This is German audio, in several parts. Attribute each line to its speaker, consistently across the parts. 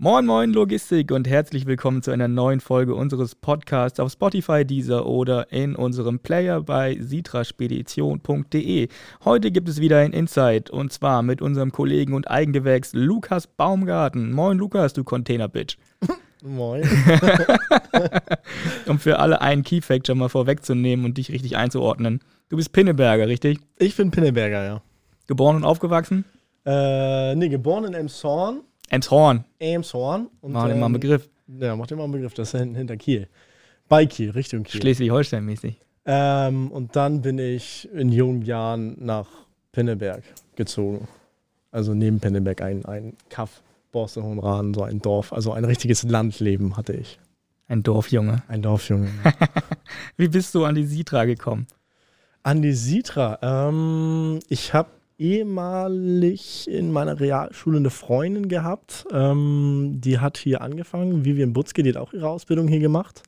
Speaker 1: Moin Moin Logistik und herzlich willkommen zu einer neuen Folge unseres Podcasts auf Spotify, dieser oder in unserem Player bei sitraspedition.de. Heute gibt es wieder ein Insight und zwar mit unserem Kollegen und Eigengewächs Lukas Baumgarten. Moin Lukas, du Container-Bitch.
Speaker 2: Moin.
Speaker 1: um für alle einen Key Fact schon mal vorwegzunehmen und dich richtig einzuordnen. Du bist Pinneberger, richtig?
Speaker 2: Ich bin Pinneberger, ja.
Speaker 1: Geboren und aufgewachsen?
Speaker 2: Äh, nee, geboren in Elmshorn.
Speaker 1: Emshorn.
Speaker 2: Elmshorn. Und,
Speaker 1: Mach dir mal einen
Speaker 2: ähm,
Speaker 1: Begriff.
Speaker 2: Ja, mach dir mal einen Begriff. Das ist hin- hinter Kiel. Bei Kiel, Richtung Kiel.
Speaker 1: Schleswig-Holstein-mäßig.
Speaker 2: ähm, und dann bin ich in jungen Jahren nach Pinneberg gezogen. Also neben Pinneberg ein, ein Kaff, Borstenhohenraden, so ein Dorf. Also ein richtiges Landleben hatte ich.
Speaker 1: Ein Dorfjunge.
Speaker 2: Ein Dorfjunge.
Speaker 1: Wie bist du an die Sitra gekommen?
Speaker 2: An die Sitra. Ähm, ich habe ehemalig in meiner Realschule eine Freundin gehabt. Ähm, die hat hier angefangen. Vivian Butzke, die hat auch ihre Ausbildung hier gemacht.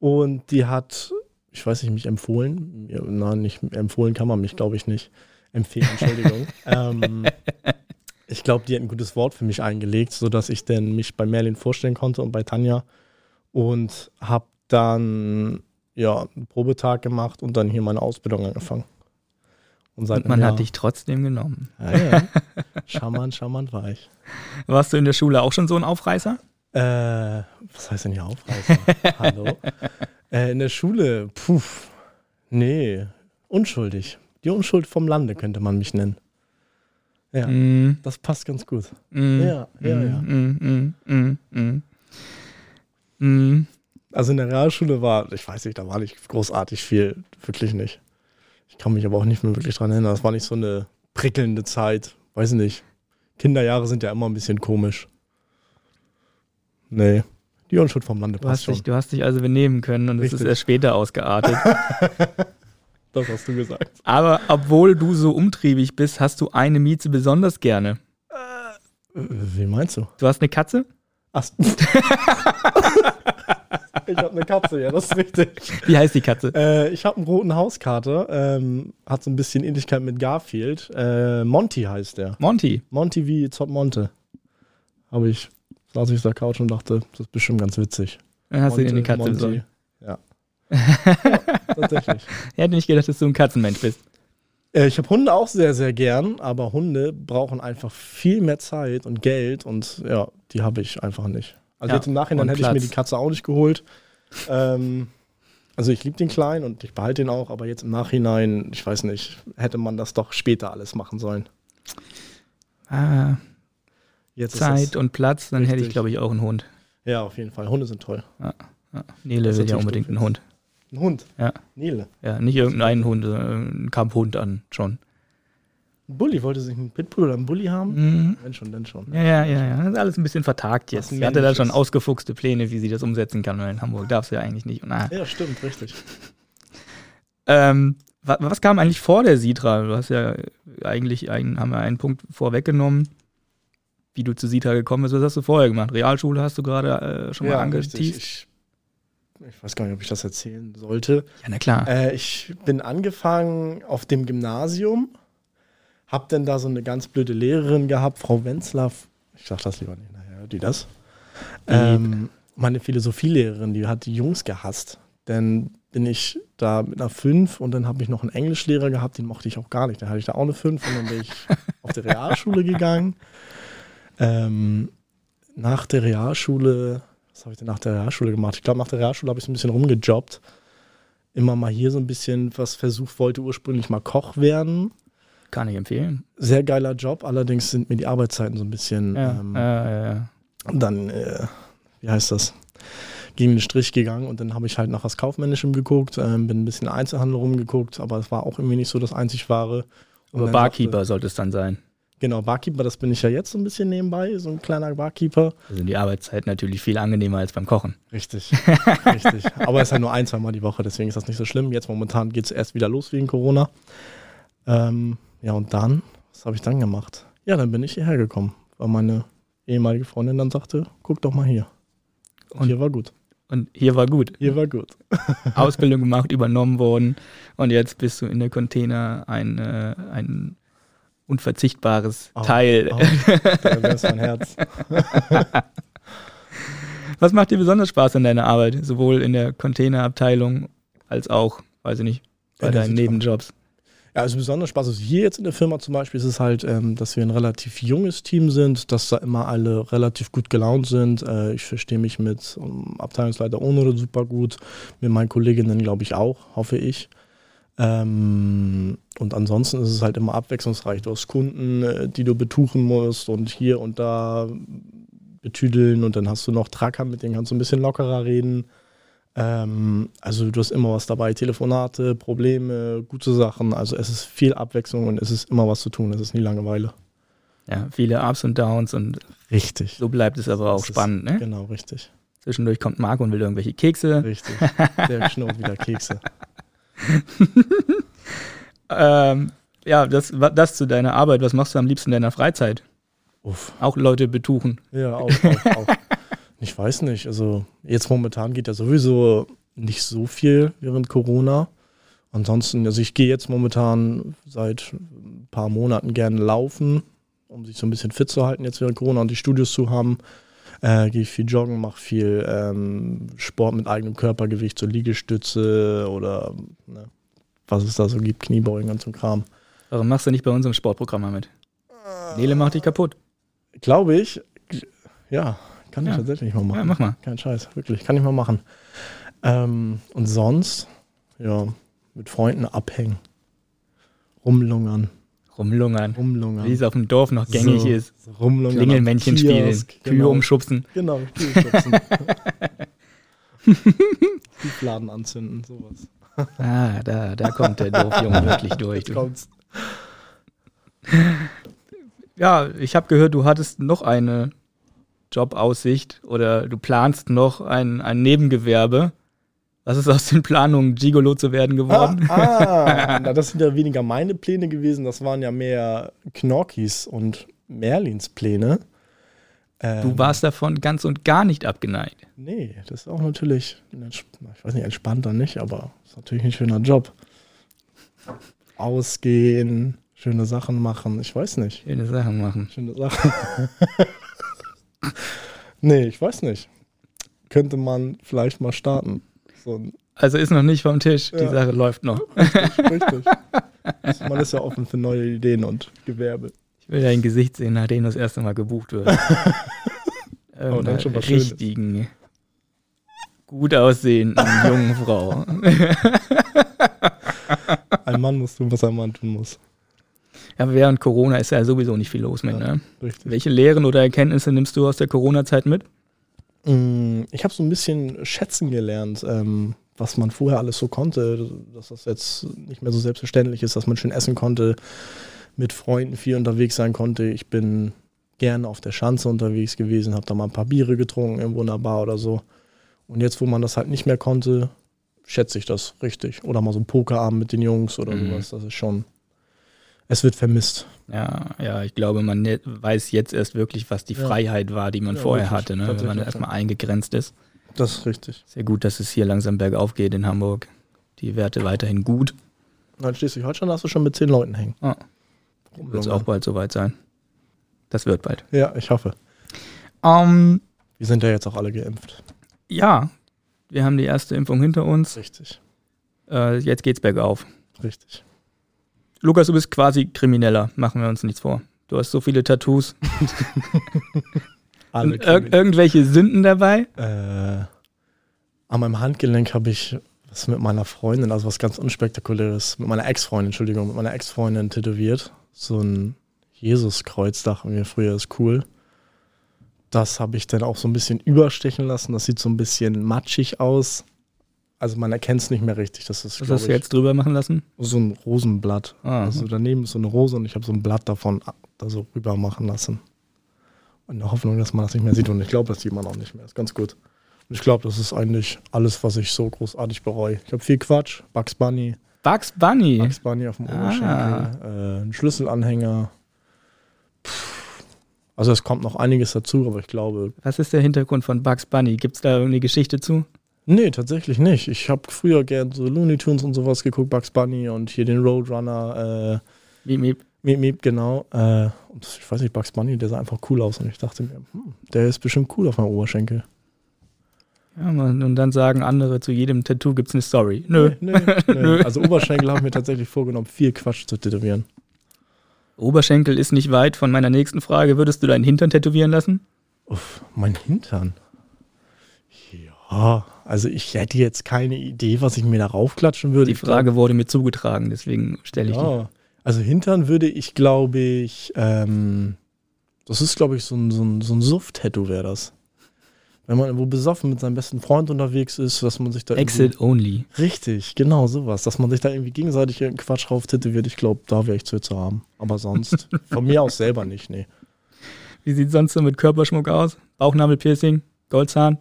Speaker 2: Und die hat, ich weiß nicht, mich empfohlen. Ja, Nein, nicht empfohlen kann man mich, glaube ich, nicht. Empfehlen, Entschuldigung. ähm, ich glaube, die hat ein gutes Wort für mich eingelegt, sodass ich denn mich bei Merlin vorstellen konnte und bei Tanja. Und habe dann ja, einen Probetag gemacht und dann hier meine Ausbildung angefangen. seit
Speaker 1: Und man
Speaker 2: einem Jahr-
Speaker 1: hat dich trotzdem genommen.
Speaker 2: Ja, ja. Charmant, charmant war ich.
Speaker 1: Warst du in der Schule auch schon so ein Aufreißer?
Speaker 2: Äh, was heißt denn hier Aufreißer? Hallo? Äh, in der Schule, puh, nee, unschuldig. Die Unschuld vom Lande könnte man mich nennen. Ja,
Speaker 1: Mm,
Speaker 2: das passt ganz gut.
Speaker 1: mm,
Speaker 2: Ja, ja,
Speaker 1: mm,
Speaker 2: ja.
Speaker 1: Mm, mm, mm, mm. Mm.
Speaker 2: Also in der Realschule war, ich weiß nicht, da war nicht großartig viel, wirklich nicht. Ich kann mich aber auch nicht mehr wirklich dran erinnern. Das war nicht so eine prickelnde Zeit, weiß nicht. Kinderjahre sind ja immer ein bisschen komisch. Nee, die Unschuld vom Lande
Speaker 1: Du,
Speaker 2: passt
Speaker 1: hast
Speaker 2: schon.
Speaker 1: dich, du hast dich also benehmen können und es ist
Speaker 2: Richtig.
Speaker 1: erst später ausgeartet.
Speaker 2: Das hast du gesagt.
Speaker 1: Aber obwohl du so umtriebig bist, hast du eine Mieze besonders gerne.
Speaker 2: Wie meinst du?
Speaker 1: Du hast eine Katze?
Speaker 2: Ach, ich habe eine Katze, ja, das ist richtig.
Speaker 1: Wie heißt die Katze?
Speaker 2: Äh, ich habe einen roten Hauskater, ähm, hat so ein bisschen Ähnlichkeit mit Garfield. Äh, Monty heißt der.
Speaker 1: Monty.
Speaker 2: Monty wie Zott Monte. Habe ich, saß ich auf der Couch und dachte, das ist bestimmt ganz witzig.
Speaker 1: Dann hast du dir eine Katze
Speaker 2: Monty.
Speaker 1: besorgt.
Speaker 2: Ja. ja. Tatsächlich.
Speaker 1: Ich hätte nicht gedacht, dass du ein Katzenmensch bist.
Speaker 2: Äh, Ich habe Hunde auch sehr, sehr gern, aber Hunde brauchen einfach viel mehr Zeit und Geld und ja, die habe ich einfach nicht. Also
Speaker 1: Ja,
Speaker 2: jetzt im Nachhinein
Speaker 1: und
Speaker 2: hätte ich mir
Speaker 1: Platz.
Speaker 2: die Katze auch nicht geholt. ähm, also ich liebe den Kleinen und ich behalte den auch, aber jetzt im Nachhinein, ich weiß nicht, hätte man das doch später alles machen sollen.
Speaker 1: Ah,
Speaker 2: Jetzt Ist
Speaker 1: Zeit
Speaker 2: das,
Speaker 1: und Platz, dann hätte ich,
Speaker 2: Richtig.
Speaker 1: glaube ich, auch einen Hund.
Speaker 2: ja, auf jeden Fall. Hunde sind toll.
Speaker 1: Ja. Nele
Speaker 2: Das ist
Speaker 1: will ja
Speaker 2: natürlich
Speaker 1: unbedingt einen
Speaker 2: doof
Speaker 1: Hund.
Speaker 2: Ein Hund.
Speaker 1: Ja.
Speaker 2: Nele.
Speaker 1: Ja, nicht irgendeinen Hund, sondern einen Kampfhund an schon.
Speaker 2: Ein Bulli wollte sich einen Pitbull oder einen Bulli haben.
Speaker 1: Hm.
Speaker 2: Wenn schon, dann schon.
Speaker 1: Ja, ja, ja, ja. Das ist alles ein bisschen vertagt jetzt.
Speaker 2: Was
Speaker 1: Sie hatte da schon
Speaker 2: Männliches.
Speaker 1: ausgefuchste Pläne, wie sie das umsetzen kann, weil in Hamburg darf sie ja eigentlich nicht. Und, ah.
Speaker 2: Ja, stimmt, richtig.
Speaker 1: ähm, wa- was kam eigentlich vor der Sidra? Du hast ja eigentlich einen, haben wir einen Punkt vorweggenommen, wie du zu Sidra gekommen bist. Was hast du vorher gemacht? Realschule hast du gerade äh, schon mal
Speaker 2: richtig.
Speaker 1: angeteased?
Speaker 2: Ich, ich weiß gar nicht, ob ich das erzählen sollte.
Speaker 1: Ja, na klar.
Speaker 2: Äh, ich bin angefangen auf dem Gymnasium, hab dann da so eine ganz blöde Lehrerin gehabt, Frau Wenzlaff. Ich sag das lieber nicht, naja, hört die das? Ähm, meine Philosophielehrerin, die hat die Jungs gehasst. Dann bin ich da mit einer 5 und dann habe ich noch einen Englischlehrer gehabt, den mochte ich auch gar nicht. Dann hatte ich da auch eine 5 und dann bin ich auf die Realschule gegangen. Ähm, nach der Realschule, was habe ich denn nach der Realschule gemacht? Ich glaube, nach der Realschule habe ich so ein bisschen rumgejobbt. Immer mal hier so ein bisschen was versucht, wollte ursprünglich mal Koch werden.
Speaker 1: kann ich empfehlen.
Speaker 2: Sehr geiler Job, allerdings sind mir die Arbeitszeiten so ein bisschen
Speaker 1: Ja,
Speaker 2: ähm,
Speaker 1: äh, ja.
Speaker 2: dann, äh, wie heißt das, gegen den Strich gegangen und dann habe ich halt nach was Kaufmännischem geguckt, ähm, bin ein bisschen in Einzelhandel rumgeguckt, aber es war auch irgendwie nicht so das einzig wahre. Und
Speaker 1: Aber
Speaker 2: dann
Speaker 1: Barkeeper
Speaker 2: Dachte,
Speaker 1: sollte es dann sein.
Speaker 2: genau, Barkeeper, das bin ich ja jetzt so ein bisschen nebenbei, so ein kleiner Barkeeper.
Speaker 1: Da sind die Arbeitszeiten natürlich viel angenehmer als beim Kochen.
Speaker 2: Richtig, richtig. Aber es ist halt nur ein, zweimal die Woche, deswegen ist das nicht so schlimm. Jetzt momentan geht es erst wieder los wegen Corona. Ähm, ja, und dann, was habe ich dann gemacht? Ja, dann bin ich hierher gekommen, weil meine ehemalige Freundin dann sagte, guck doch mal hier. Und
Speaker 1: Und-
Speaker 2: hier war gut.
Speaker 1: Und hier war gut.
Speaker 2: Hier war gut.
Speaker 1: Ausbildung gemacht, übernommen worden und jetzt bist du in der Container ein, äh, ein
Speaker 2: Oh.
Speaker 1: unverzichtbares
Speaker 2: Au,
Speaker 1: Teil.
Speaker 2: au. Da ist mein Herz.
Speaker 1: Was macht dir besonders Spaß an deiner Arbeit? Sowohl in der Containerabteilung als auch, weiß ich nicht, bei
Speaker 2: In der
Speaker 1: deinen
Speaker 2: Sitrap.
Speaker 1: Nebenjobs.
Speaker 2: Ja, also besonders Spaß ist hier jetzt in der Firma zum Beispiel, ist es halt, ähm, dass wir ein relativ junges Team sind, dass da immer alle relativ gut gelaunt sind. Äh, ich verstehe mich mit ähm, Abteilungsleiter Onore super gut, mit meinen Kolleginnen glaube ich auch, hoffe ich. Ähm, und ansonsten ist es halt immer abwechslungsreich. Du hast Kunden, äh, die du betuchen musst und hier und da betüdeln und dann hast du noch Tracker, mit denen kannst du ein bisschen lockerer reden. Ähm, also du hast immer was dabei, Telefonate, Probleme, gute Sachen. Also es ist viel Abwechslung und es ist immer was zu tun. Es ist nie Langeweile.
Speaker 1: Ja, viele Ups und Downs und
Speaker 2: Richtig.
Speaker 1: so bleibt es aber auch
Speaker 2: Das ist-
Speaker 1: spannend. Ne?
Speaker 2: Genau, richtig.
Speaker 1: Zwischendurch kommt Marco und will irgendwelche Kekse.
Speaker 2: Richtig. Der knurrt wieder Kekse.
Speaker 1: Ähm, ja, das, wa- das zu deiner Arbeit. Was machst du am liebsten in deiner Freizeit?
Speaker 2: Uff.
Speaker 1: Auch Leute betuchen.
Speaker 2: Ja, auch, auch, auch. Ich weiß nicht. Also jetzt momentan geht ja sowieso nicht so viel während Corona. Ansonsten, also ich gehe jetzt momentan seit ein paar Monaten gerne laufen, um sich so ein bisschen fit zu halten jetzt während Corona und die Studios zu haben. Äh, gehe ich viel joggen, mache viel ähm, Sport mit eigenem Körpergewicht, so Liegestütze oder ne, was es da so gibt, Kniebeugen und so ein Kram.
Speaker 1: Warum machst du nicht bei unserem Sportprogramm mal mit? Nele macht dich kaputt.
Speaker 2: Glaube ich, ja, kann ich
Speaker 1: Ja.
Speaker 2: tatsächlich mal machen.
Speaker 1: Ja, mach mal.
Speaker 2: Kein Scheiß, wirklich. Kann ich mal machen. Ähm, und sonst, ja, mit Freunden abhängen. Rumlungern.
Speaker 1: Rumlungern.
Speaker 2: Rumlungern.
Speaker 1: Wie es auf dem Dorf noch gängig
Speaker 2: So,
Speaker 1: ist.
Speaker 2: so rumlungern.
Speaker 1: Klingelmännchen
Speaker 2: am
Speaker 1: spielen,
Speaker 2: Kiosk,
Speaker 1: Kühe
Speaker 2: Genau,
Speaker 1: umschubsen.
Speaker 2: genau Kühe schubsen. Tiefladen anzünden, sowas.
Speaker 1: Ah, da, da kommt der Dorfjunge wirklich durch.
Speaker 2: Jetzt kommt's.
Speaker 1: Ja, ich habe gehört, du hattest noch eine Jobaussicht oder du planst noch ein, ein Nebengewerbe. Was ist aus den Planungen, Gigolo zu werden
Speaker 2: Ah,
Speaker 1: geworden?
Speaker 2: ah, na, das sind ja weniger meine Pläne gewesen, das waren ja mehr Knorkis und Merlins Pläne. Ähm,
Speaker 1: Du warst davon ganz und gar nicht abgeneigt.
Speaker 2: Nee, das ist auch natürlich, ein entsp- na, ich weiß nicht, entspannter nicht, aber ist natürlich ein schöner Job. Ausgehen, schöne Sachen machen, ich weiß nicht.
Speaker 1: Schöne Sachen machen.
Speaker 2: Schöne Sachen. nee, ich weiß nicht. Könnte man vielleicht mal starten. So ein,
Speaker 1: Also ist noch nicht vom Tisch, die
Speaker 2: Ja.
Speaker 1: Sache läuft noch.
Speaker 2: richtig. man ist ja offen für neue Ideen und Gewerbe.
Speaker 1: Ich will dein Gesicht sehen, nachdem das erste Mal gebucht wird.
Speaker 2: Oh, dann
Speaker 1: Irgendeiner
Speaker 2: schon was Schönes.
Speaker 1: richtigen, gut aussehenden jungen Frau.
Speaker 2: Ein Mann muss tun, was ein Mann tun muss.
Speaker 1: Ja, während Corona ist ja sowieso nicht viel los mit,
Speaker 2: Ja.
Speaker 1: ne?
Speaker 2: Richtig.
Speaker 1: Welche Lehren oder Erkenntnisse nimmst du aus der Corona-Zeit mit?
Speaker 2: Mm, Ich habe so ein bisschen schätzen gelernt, ähm, was man vorher alles so konnte, dass das jetzt nicht mehr so selbstverständlich ist, dass man schön essen konnte, mit Freunden viel unterwegs sein konnte. Ich bin gerne auf der Schanze unterwegs gewesen, habe da mal ein paar Biere getrunken, irgendwo in der Bar oder so. Und jetzt, wo man das halt nicht mehr konnte, schätze ich das richtig. Oder mal so ein Pokerabend mit den Jungs oder
Speaker 1: Mhm.
Speaker 2: sowas. Das ist schon, es wird vermisst.
Speaker 1: Ja, ja, ich glaube, man ne- weiß jetzt erst wirklich, was die
Speaker 2: Ja.
Speaker 1: Freiheit war, die man
Speaker 2: Ja,
Speaker 1: vorher
Speaker 2: wirklich.
Speaker 1: hatte, ne? wenn man
Speaker 2: Tatsächlich,
Speaker 1: erstmal eingegrenzt ist.
Speaker 2: Das ist richtig.
Speaker 1: Sehr gut, dass es hier langsam bergauf geht in Hamburg. Die Werte weiterhin gut.
Speaker 2: Na, In Schleswig-Holstein hast du schon mit zehn Leuten hängen.
Speaker 1: Ah. Wird es auch bald soweit sein. Das wird bald.
Speaker 2: Ja, ich hoffe.
Speaker 1: Ähm,
Speaker 2: Wir sind ja jetzt auch alle geimpft.
Speaker 1: ja, wir haben die erste Impfung hinter uns.
Speaker 2: Richtig,
Speaker 1: Äh, jetzt geht's bergauf.
Speaker 2: richtig.
Speaker 1: Lukas, du bist quasi Krimineller. Machen wir uns nichts vor. Du hast so viele Tattoos.
Speaker 2: Alle
Speaker 1: Ir irgendwelche Sünden dabei?
Speaker 2: äh, an meinem Handgelenk habe ich was mit meiner Freundin, also was ganz unspektakuläres, mit meiner Ex-Freundin, Entschuldigung, mit meiner Ex-Freundin tätowiert. So ein Jesuskreuz dachten wir früher ist cool. Das habe ich dann auch so ein bisschen überstechen lassen. Das sieht so ein bisschen matschig aus. Also man erkennt es nicht mehr richtig. Das ist,
Speaker 1: Was
Speaker 2: glaub
Speaker 1: hast du jetzt drüber machen lassen?
Speaker 2: so ein Rosenblatt.
Speaker 1: Ah,
Speaker 2: Also daneben ist so eine Rose und ich habe so ein Blatt davon ab- da so rüber machen lassen. In der Hoffnung, dass man das nicht mehr sieht. Und ich glaube, das sieht man auch nicht mehr. Ist ganz gut. Und ich glaube, das ist eigentlich alles, was ich so großartig bereue. Ich habe viel Quatsch. Bugs Bunny.
Speaker 1: Bugs Bunny.
Speaker 2: Bugs Bunny auf dem
Speaker 1: Ah.
Speaker 2: Oberschenkel. Äh, ein Schlüsselanhänger. Pff. Also es kommt noch einiges dazu, aber ich glaube,
Speaker 1: Was ist der Hintergrund von Bugs Bunny? Gibt es da irgendeine Geschichte zu?
Speaker 2: Nee, tatsächlich nicht. Ich habe früher gern so Looney Tunes und sowas geguckt, Bugs Bunny und hier den Roadrunner, äh,
Speaker 1: Miep, miep.
Speaker 2: Miep, miep, genau. Äh, und ich weiß nicht, Bugs Bunny, der sah einfach cool aus. Und ich dachte mir, hm, der ist bestimmt cool auf meinem Oberschenkel.
Speaker 1: Ja, Mann, und dann sagen andere, zu jedem Tattoo gibt's eine Story. Nö.
Speaker 2: Nee, nee, nee. Also Oberschenkel haben wir tätatsächlich vorgenommen, viel Quatsch zu tätowieren.
Speaker 1: Oberschenkel ist nicht weit von meiner nächsten Frage. Würdest du deinen Hintern tätowieren lassen?
Speaker 2: Uff, mein Hintern. Ja, also ich hätte jetzt keine Idee, was ich mir da raufklatschen würde.
Speaker 1: Die
Speaker 2: Ich
Speaker 1: Frage wurde mir zugetragen, deswegen stelle ich die.
Speaker 2: Ja. Also Hintern würde ich, glaube ich, ähm, das ist, glaube ich, so ein, so ein, so ein Suff-Tattoo wäre das. Wenn man irgendwo besoffen mit seinem besten Freund unterwegs ist, dass man sich da
Speaker 1: Exit only.
Speaker 2: Irgendwie, richtig, genau sowas. Dass man sich da irgendwie gegenseitig irgendeinen Quatsch rauf tätowiert. Ich glaube, da wäre ich zu zu haben. Aber sonst, von mir aus selber nicht, nee.
Speaker 1: Wie sieht sonst so mit Körperschmuck aus? Bauchnabelpiercing, Goldzahn?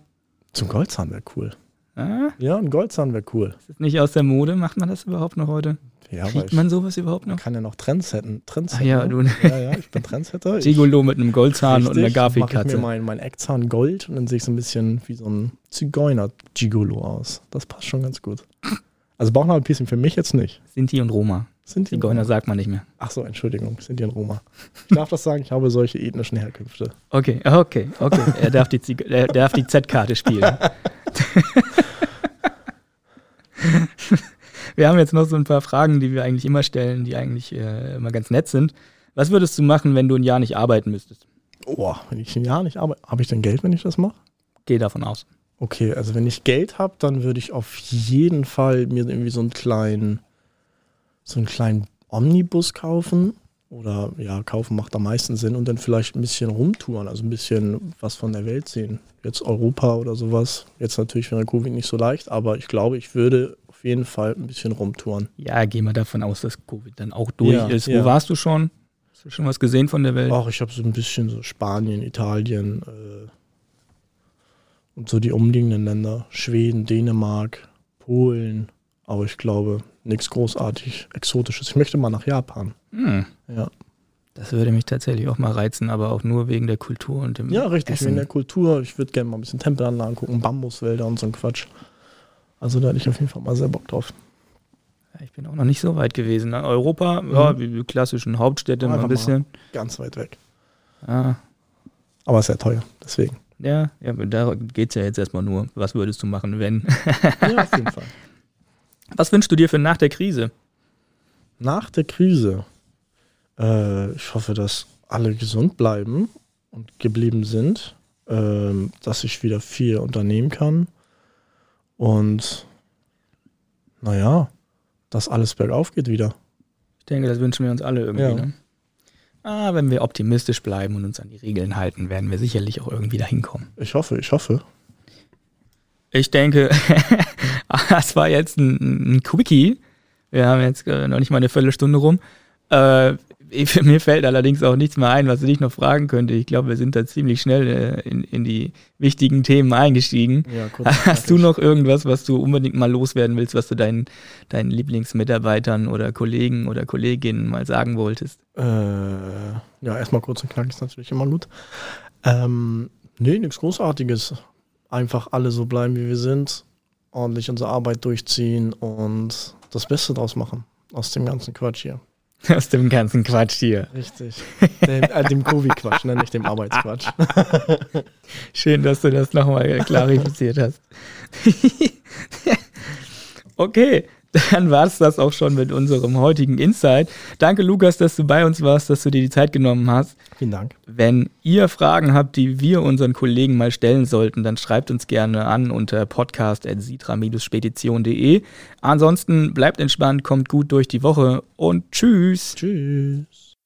Speaker 2: Zum Goldzahn wäre cool.
Speaker 1: Ah,
Speaker 2: Ja, ein Goldzahn wäre cool.
Speaker 1: ist das nicht aus der Mode? Macht man das überhaupt noch heute?
Speaker 2: Ja, aber
Speaker 1: Kriegt
Speaker 2: ich
Speaker 1: man sowas überhaupt noch?
Speaker 2: kann ja noch Trends hätten. ne?
Speaker 1: Ach ja, du.
Speaker 2: ja, ja, ich bin Trendsetter. Ich-
Speaker 1: Gigolo mit einem Goldzahn und einer
Speaker 2: Richtig, Mach ich mir
Speaker 1: Garfield-Katze.
Speaker 2: mein, mein Eckzahn Gold und dann sehe ich so ein bisschen wie so ein Zigeuner-Gigolo aus. Das passt schon ganz gut. Also Bauchnabel-Piercing für mich jetzt nicht.
Speaker 1: Sinti und Roma.
Speaker 2: Sind
Speaker 1: Die Geuner sagt man nicht mehr.
Speaker 2: Ach so, Entschuldigung, sind die in Roma. Ich darf das sagen, ich habe solche ethnischen Herkünfte.
Speaker 1: Okay, okay, okay. Er darf die, Ziege- er darf die Z-Karte spielen. wir haben jetzt noch so ein paar Fragen, die wir eigentlich immer stellen, die eigentlich äh, immer ganz nett sind. Was würdest du machen, wenn du ein Jahr nicht arbeiten müsstest?
Speaker 2: Oh, wenn ich ein Jahr nicht arbeite, habe ich denn Geld, wenn ich das mache?
Speaker 1: Geh davon aus.
Speaker 2: Okay, also wenn ich Geld habe, dann würde ich auf jeden Fall mir irgendwie so einen kleinen, so einen kleinen Omnibus kaufen. Oder ja, kaufen macht am meisten Sinn und dann vielleicht ein bisschen rumtouren, also ein bisschen was von der Welt sehen. Jetzt Europa oder sowas. Jetzt natürlich während Covid nicht so leicht, aber ich glaube, ich würde auf jeden Fall ein bisschen rumtouren.
Speaker 1: Ja, geh mal davon aus, dass Covid dann auch durch
Speaker 2: Ja,
Speaker 1: ist. Wo
Speaker 2: ja. Oh.
Speaker 1: warst du schon? Hast du schon was gesehen von der Welt?
Speaker 2: Auch ich habe so ein bisschen so Spanien, Italien äh, und so die umliegenden Länder, Schweden, Dänemark, Polen, aber ich glaube nichts großartig Exotisches. Ich möchte mal nach Japan.
Speaker 1: Hm.
Speaker 2: Ja,
Speaker 1: Das würde mich tatsächlich auch mal reizen, aber auch nur wegen der Kultur und dem
Speaker 2: ja richtig,
Speaker 1: Hm. Essen.
Speaker 2: wegen der Kultur. Ich würde gerne mal ein bisschen Tempelanlagen gucken, Bambuswälder und so ein Quatsch. Also da hätte ich auf jeden Fall mal sehr Bock drauf.
Speaker 1: Ja, Ich bin auch noch nicht so weit gewesen. Na, Europa, ja, die die klassischen Hauptstädte mal
Speaker 2: Mhm.
Speaker 1: ein
Speaker 2: Einfach mal.
Speaker 1: bisschen.
Speaker 2: Ganz weit weg.
Speaker 1: Ah,
Speaker 2: Aber sehr teuer, deswegen.
Speaker 1: ja, ja, aber da geht es ja jetzt erstmal nur. Was würdest du machen, wenn?
Speaker 2: Ja, auf jeden Fall.
Speaker 1: Was wünschst du dir für nach der Krise?
Speaker 2: Nach der Krise. Äh, ich hoffe, dass alle gesund bleiben und geblieben sind, ähm, dass ich wieder viel unternehmen kann und naja, dass alles bergauf geht wieder.
Speaker 1: Ich denke, das wünschen wir uns alle irgendwie.
Speaker 2: Ja.
Speaker 1: Ne? Ah, wenn wir optimistisch bleiben und uns an die Regeln halten, werden wir sicherlich auch irgendwie dahin kommen.
Speaker 2: Ich hoffe, ich hoffe.
Speaker 1: Ich denke, das war jetzt ein, ein Quickie. Wir haben jetzt äh, noch nicht mal eine Viertelstunde rum. Äh, ich, mir fällt allerdings auch nichts mehr ein, was ich dich noch fragen könnte. Ich glaube, wir sind da ziemlich schnell äh, in, in die wichtigen Themen eingestiegen.
Speaker 2: Ja, kurz und
Speaker 1: Hast du
Speaker 2: knackig.
Speaker 1: noch irgendwas, was du unbedingt mal loswerden willst, was du deinen, deinen Lieblingsmitarbeitern oder Kollegen oder Kolleginnen mal sagen wolltest?
Speaker 2: Äh, ja, erstmal kurz und knackig ist natürlich immer gut. Ähm, nee, nichts Großartiges. Einfach alle so bleiben, wie wir sind, ordentlich unsere Arbeit durchziehen und das Beste draus machen aus dem ganzen Quatsch hier.
Speaker 1: Aus dem ganzen Quatsch hier.
Speaker 2: Richtig. Dem, äh, dem Covid-Quatsch, ne? nicht dem Arbeitsquatsch.
Speaker 1: Schön, dass du das nochmal klarifiziert hast. okay, dann war es das auch schon mit unserem heutigen Insight. Danke, Lukas, dass du bei uns warst, dass du dir die Zeit genommen hast.
Speaker 2: Vielen Dank.
Speaker 1: Wenn ihr Fragen habt, die wir unseren Kollegen mal stellen sollten, dann schreibt uns gerne an unter podcast.sitra-spedition.de. Ansonsten bleibt entspannt, kommt gut durch die Woche und tschüss.
Speaker 2: Tschüss.